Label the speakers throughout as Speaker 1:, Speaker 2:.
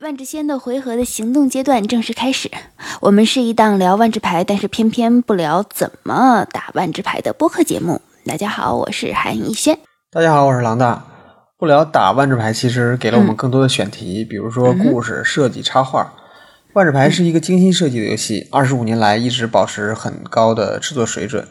Speaker 1: 万智仙的回合的行动阶段正式开始。我们是一档聊万智牌，但是偏偏不聊怎么打万智牌的播客节目。大家好，我是韩逸轩。
Speaker 2: 大家好，我是狼大。不聊打万智牌，其实给了我们更多的选题，比如说故事、设计、插画。万智牌是一个精心设计的游戏，二十五年来一直保持很高的制作水准。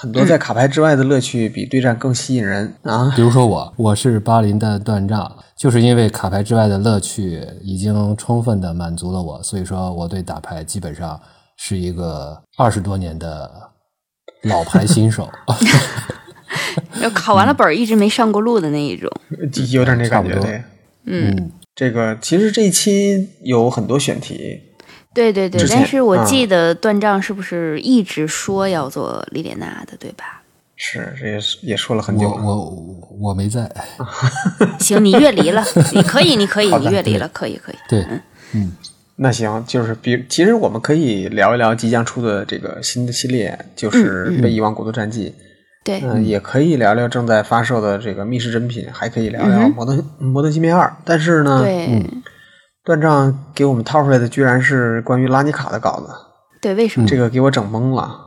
Speaker 2: 很多在卡牌之外的乐趣比对战更吸引人啊！
Speaker 3: 比如说我，我是巴林的断杖，就是因为卡牌之外的乐趣已经充分的满足了我，所以说我对打牌基本上是一个二十多年的老牌 新手，
Speaker 1: 考完了本儿一直没上过路的那一种。
Speaker 2: 有点那感觉。
Speaker 3: 差不多
Speaker 2: 对，
Speaker 3: 嗯，
Speaker 2: 这个其实这一期有很多选题，
Speaker 1: 对对对
Speaker 2: 之，前
Speaker 1: 但是我记得断杖是不是一直说要做莉莲娜的，对吧？
Speaker 2: 是这也是也说了很
Speaker 3: 我
Speaker 2: 久了。
Speaker 3: 我我没在，
Speaker 1: 行，你越 离了，你可以，你可以，你越离了，可以，可以。
Speaker 3: 对，
Speaker 2: 那行，就是比其实我们可以聊一聊即将出的这个新的系列，就是《被遗忘国度战记》。
Speaker 1: 对，
Speaker 2: 嗯，也可以聊聊正在发售的这个密室珍品，还可以聊聊《摩登、摩登芯片二》。但是呢，
Speaker 1: 嗯对，
Speaker 2: 断账给我们掏出来的居然是关于拉尼卡的稿子，
Speaker 1: 对，为什么？
Speaker 2: 这个给我整懵了。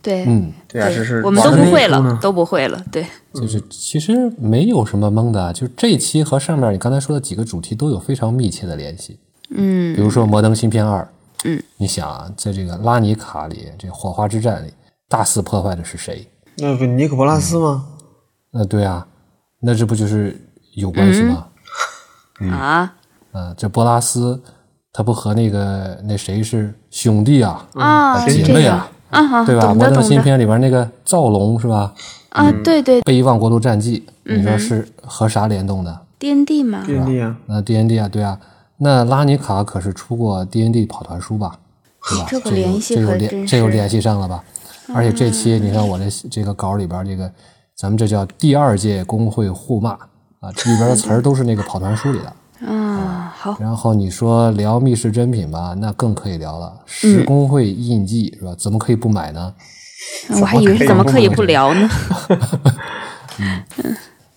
Speaker 1: 对，
Speaker 3: 嗯，
Speaker 2: 对啊，这是
Speaker 1: 我们都不会
Speaker 2: 网上那一出
Speaker 1: 了
Speaker 2: 呢，
Speaker 1: 都不会了。对，
Speaker 3: 就是其实没有什么懵的啊，就这期和上面你刚才说的几个主题都有非常密切的联系，
Speaker 1: 嗯
Speaker 3: 比如说《摩登芯片二》，
Speaker 1: 嗯，
Speaker 3: 你想啊，在这个拉尼卡里，这火花之战里，大肆破坏的是谁？
Speaker 2: 那不尼可波拉斯吗？
Speaker 3: 那对啊，那这不就是有关系吗？
Speaker 1: 啊
Speaker 3: 啊、这波拉斯他不和那个那谁是兄弟啊，
Speaker 1: 啊，
Speaker 3: 姐
Speaker 1: 这
Speaker 3: 妹
Speaker 1: 样
Speaker 3: 啊，
Speaker 1: 啊哈，
Speaker 3: 对吧？
Speaker 1: 懂
Speaker 3: 摩
Speaker 1: 的
Speaker 3: 登
Speaker 1: 懂
Speaker 3: 新
Speaker 1: 的
Speaker 3: 片里边那个造龙是吧？
Speaker 1: 啊，对对，
Speaker 3: 被遗忘国度战记，你
Speaker 1: 嗯
Speaker 3: 说是和啥联动的？
Speaker 1: 天地嘛，
Speaker 2: 对地啊，
Speaker 3: 那 D N D 啊，对啊，那拉尼卡可是出过 D N D 跑团书吧？对吧？
Speaker 1: 这个
Speaker 3: 有
Speaker 1: 联系
Speaker 3: 这有
Speaker 1: 可
Speaker 3: 联
Speaker 1: 真
Speaker 3: 这有
Speaker 1: 是啊
Speaker 3: 联系上了吧？而且这期你看我这这个稿里边这个，咱们这叫第二届工会互骂啊，这里边的词儿都是那个跑团书里的。
Speaker 1: 啊，好，
Speaker 3: 然后你说聊密室珍品吧，那更可以聊了。十工会印记、是吧？怎么可以不买呢？
Speaker 1: 我还以为是怎么可以不聊呢？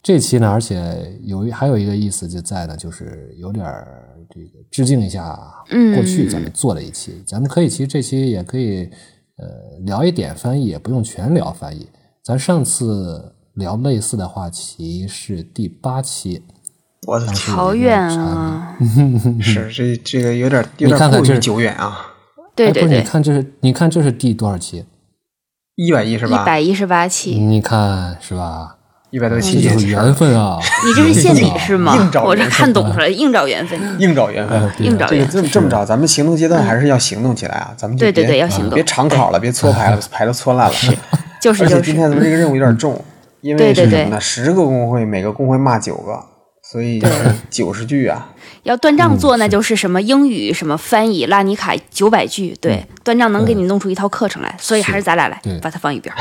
Speaker 3: 这期呢，而且有一还有一个意思就在呢，就是有点儿这个致敬一下啊
Speaker 1: 嗯
Speaker 3: 过去咱们做的一期，咱们可以其实这期也可以呃聊一点翻译，也不用全聊翻译。咱上次聊类似的话题是第八期，
Speaker 2: 我的天，
Speaker 1: 好远啊，
Speaker 2: 是这这个有点有
Speaker 3: 你
Speaker 2: 点
Speaker 3: 看看
Speaker 2: 过
Speaker 3: 这
Speaker 2: 于
Speaker 3: 是
Speaker 2: 久远啊，
Speaker 1: 对
Speaker 3: 哎
Speaker 1: 对
Speaker 3: 不是你
Speaker 1: 对，
Speaker 3: 看这是你看这是第多少期？
Speaker 2: 一百一是
Speaker 1: 一
Speaker 2: 吧？
Speaker 1: 百一十八期，
Speaker 3: 你看是吧？
Speaker 2: 一百多
Speaker 3: 这
Speaker 1: 嗯
Speaker 2: 期也
Speaker 3: 就是
Speaker 2: 是
Speaker 3: 缘分啊！
Speaker 1: 你这是现
Speaker 3: 缘分
Speaker 1: 笔
Speaker 3: 啊
Speaker 1: 是吗
Speaker 2: 硬？找
Speaker 1: 我这
Speaker 2: 缘分嗯
Speaker 1: 看懂出来，硬找缘分，
Speaker 2: 硬找缘分。
Speaker 1: 硬找
Speaker 2: 这个
Speaker 1: 缘分。
Speaker 2: 这么这么着，咱们行动阶段还是要行动起来啊！咱们
Speaker 1: 啊
Speaker 2: 就
Speaker 1: 嗯对对
Speaker 2: 别
Speaker 1: 对要行动
Speaker 2: 别常考了，别搓 牌了，牌都搓烂了。
Speaker 1: 就是
Speaker 2: 而且
Speaker 1: 就是，
Speaker 2: 今
Speaker 1: 嗯
Speaker 2: 天咱们这个任务有点重，因
Speaker 1: 对
Speaker 2: 为
Speaker 1: 对
Speaker 2: 是什
Speaker 1: 对
Speaker 2: 么呢？十个工会，每个工会骂九个，所以九十句啊。
Speaker 1: 要断账做那就是什么英语什么翻译拉尼卡九百句，对，断账能给你弄出一套课程来，所以还是咱俩来
Speaker 3: 对
Speaker 1: 把它放一边儿。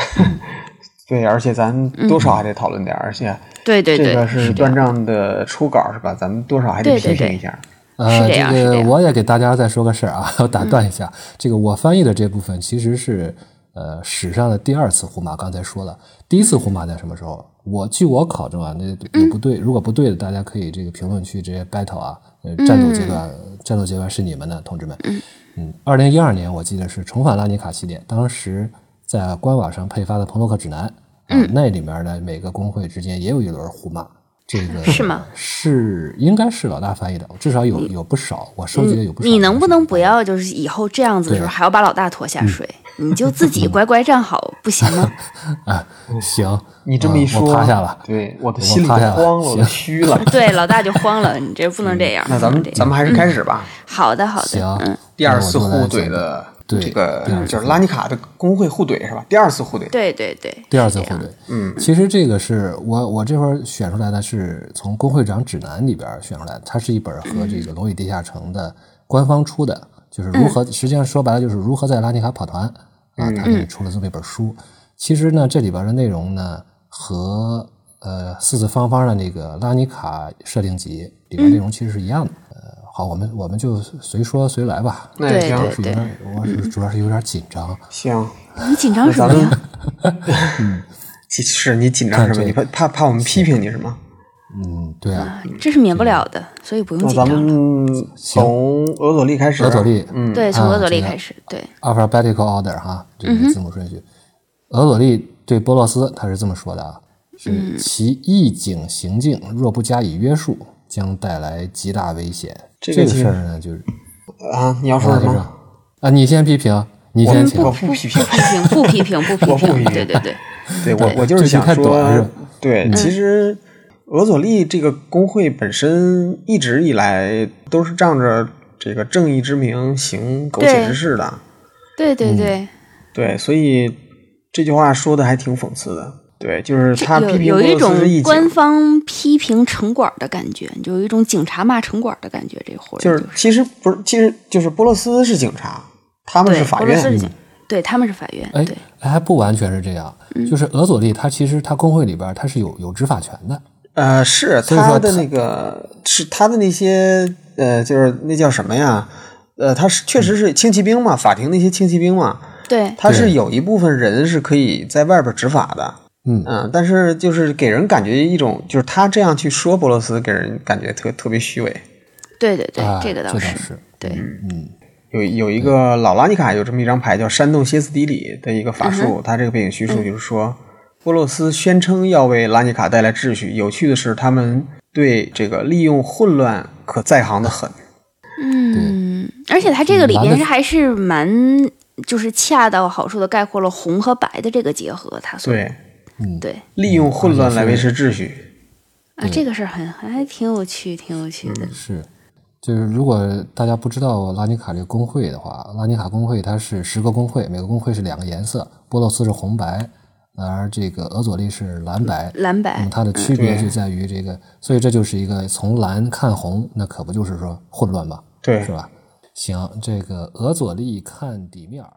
Speaker 2: 对，而且咱多少还得讨论点儿，而且
Speaker 1: 对嗯对
Speaker 2: 这
Speaker 1: 对，
Speaker 2: 个
Speaker 1: 是
Speaker 2: 是
Speaker 1: 这样
Speaker 2: 断账的初稿是吧？咱们多少还得
Speaker 1: 对对
Speaker 2: 批评
Speaker 1: 对
Speaker 2: 一下。
Speaker 3: 呃，
Speaker 1: 是这样是这
Speaker 3: 个
Speaker 1: 样嗯
Speaker 3: 我也给大家再说个事儿啊， 我打断一下，这个我翻译的这部分其实是呃史上的第二次胡马，刚才说了，第一次胡马在什么时候？我据我考证啊，那
Speaker 1: 嗯
Speaker 3: 也不对，如果不对的，大家可以这个评论区直接 battle 啊，呃，
Speaker 1: 嗯
Speaker 3: 战斗阶段，战斗阶段是你们的，同志们。嗯，二零一二年我记得是重返拉尼卡系列，当时在官网上配发的朋洛克指南，嗯，那里面呢每个工会之间也有一轮互骂，这个
Speaker 1: 是吗？
Speaker 3: 是应该是老大翻译的，至少有有不少，我收集的有不
Speaker 1: 嗯
Speaker 3: 少。
Speaker 1: 你能不能不要就是以后这样子的时候还要把老大拖
Speaker 2: 嗯
Speaker 1: 下水？你就自己乖乖站好，不行 吗？
Speaker 3: 啊？行，
Speaker 2: 你这么一
Speaker 3: 啊
Speaker 2: 说，
Speaker 3: 我趴下了。
Speaker 2: 对我的
Speaker 3: 我
Speaker 2: 心里都
Speaker 3: 趴下了
Speaker 2: 慌了，我都
Speaker 3: 行
Speaker 2: 虚 了。
Speaker 1: 对，老大就慌了，你这不能这样。
Speaker 2: 嗯那咱
Speaker 1: 不能
Speaker 2: 们
Speaker 1: 这样
Speaker 2: 咱们还是开始吧。
Speaker 3: 嗯
Speaker 1: 好的好的，
Speaker 3: 行，
Speaker 2: 第二次互怼
Speaker 3: 的，
Speaker 2: 的
Speaker 3: 对
Speaker 2: 这个
Speaker 3: 第二次
Speaker 2: 就是拉尼卡的工会互怼是吧？第二次互怼，
Speaker 1: 对对对，
Speaker 3: 第二次
Speaker 1: 是
Speaker 3: 互
Speaker 1: 这样
Speaker 3: 怼。嗯，其实这个是我我这会儿选出来的是从工会长指南里边儿选出来的，它是一本和这个《龙与地下城》的官方出的，就是如
Speaker 1: 嗯
Speaker 3: 何，实际上说白了就是如何在拉尼卡跑团啊，它给出了这么一本书。其实呢，这里边的内容呢和呃四四方方的那个拉尼卡设定集里边内容其实是一样的。呃，好，我们我们就随说随来吧。
Speaker 2: 那也
Speaker 1: 对
Speaker 2: 行
Speaker 1: 对
Speaker 3: 是有点，我是主要是有点紧张。
Speaker 2: 行。
Speaker 1: 你紧张什么呀？
Speaker 2: 是你紧张什么？
Speaker 3: 看这
Speaker 2: 你怕怕怕我们批评你是吗？
Speaker 3: 嗯，对啊，
Speaker 1: 这是免不了的，所以不用
Speaker 2: 那
Speaker 1: 紧
Speaker 2: 咱
Speaker 1: 张。
Speaker 2: 们从俄佐利开始啊。
Speaker 3: 俄佐利
Speaker 2: 嗯，
Speaker 1: 对，从
Speaker 3: 啊
Speaker 1: 俄佐利
Speaker 3: 这个
Speaker 1: 开始，对，
Speaker 3: alphabetical order 哈，
Speaker 1: 嗯
Speaker 3: 这个字母顺序。俄佐利对波洛斯他是这么说的啊，
Speaker 1: 嗯
Speaker 3: 是其意境行径若不加以约束，将带来极大危险。
Speaker 2: 这
Speaker 3: 这
Speaker 2: 个
Speaker 3: 个
Speaker 2: 其实
Speaker 3: 事儿呢，就是
Speaker 2: 啊，你要说
Speaker 3: 啊，
Speaker 2: 什
Speaker 3: 就是
Speaker 2: 么？
Speaker 3: 啊，你先批评，你先请
Speaker 2: 我。不批评
Speaker 1: 不。批 评，不批评，不批
Speaker 2: 我不批
Speaker 1: 评，
Speaker 2: 评
Speaker 1: 对对对，
Speaker 2: 对我，我就
Speaker 3: 这
Speaker 2: 是
Speaker 3: 集
Speaker 2: 想
Speaker 3: 太短了是
Speaker 2: 说
Speaker 3: 吧，嗯
Speaker 2: 对，其实俄佐利这个工会本身一直以来都是仗着这个正义之名行苟且之事的，
Speaker 1: 对
Speaker 2: 嗯
Speaker 1: 对对，
Speaker 2: 对，所以这句话说的还挺讽刺的。对，就是他批
Speaker 1: 有
Speaker 2: 评
Speaker 1: 有
Speaker 2: 俄
Speaker 1: 一
Speaker 2: 罗斯是
Speaker 1: 种
Speaker 2: 义
Speaker 1: 官
Speaker 2: 警，
Speaker 1: 方批评城管的感觉，就有一种警察骂城管的感觉，这活儿
Speaker 2: 就是其实不是，其实就是波罗斯是警察，他们
Speaker 1: 对
Speaker 2: 是法
Speaker 1: 俄罗斯是
Speaker 2: 院，
Speaker 1: 警对他们是法院，
Speaker 3: 哎
Speaker 1: 对，，嗯
Speaker 3: 还不完全是这样，就是俄佐利他其实他工会里边他是有有执法权的，
Speaker 2: 呃，是
Speaker 3: 所以
Speaker 2: 他
Speaker 3: 说
Speaker 2: 的
Speaker 3: 他
Speaker 2: 那个是他的那些呃，就是那叫什么呀？呃，他是确实是轻骑兵嘛，法庭那些轻骑兵嘛，
Speaker 1: 对，
Speaker 2: 他是
Speaker 3: 对
Speaker 2: 有一部分人是可以在外边执法的，
Speaker 3: 嗯
Speaker 2: 嗯，但是就是给人感觉一种，就是他这样去说波罗斯，给人感觉特特别虚伪。
Speaker 1: 对对对
Speaker 3: 啊，，
Speaker 1: 这
Speaker 3: 这
Speaker 1: 个倒
Speaker 3: 倒
Speaker 1: 是，
Speaker 3: 是，
Speaker 1: 对，
Speaker 3: 嗯，
Speaker 2: 有有一个老拉尼卡有这么一张牌叫煽动歇斯底里的一个法术，它这个背景叙述就是说，波洛斯宣称要为拉尼卡带来秩序。有趣的是，他们对这个利用混乱可在行的很。
Speaker 1: 嗯，而且它这个里边是还是蛮就是恰到好处的概括了红和白的这个结合，它所
Speaker 2: 对，
Speaker 1: 对
Speaker 2: 利用混乱来维持秩序。
Speaker 1: 啊，这个事儿很还挺有趣，挺有趣的，
Speaker 3: 是，就是如果大家不知道拉尼卡这个工会的话，拉尼卡工会它是十个工会，每个工会是两个颜色，波洛斯是红白，而这个俄佐利是蓝白。
Speaker 1: 蓝
Speaker 3: 那
Speaker 1: 白
Speaker 3: 么，它的区别
Speaker 2: 对
Speaker 3: 就在于这个，所以这就是一个从蓝看红，那可不就是说混乱嘛，
Speaker 2: 对
Speaker 3: 是，吧？行，这个俄佐利看底面儿。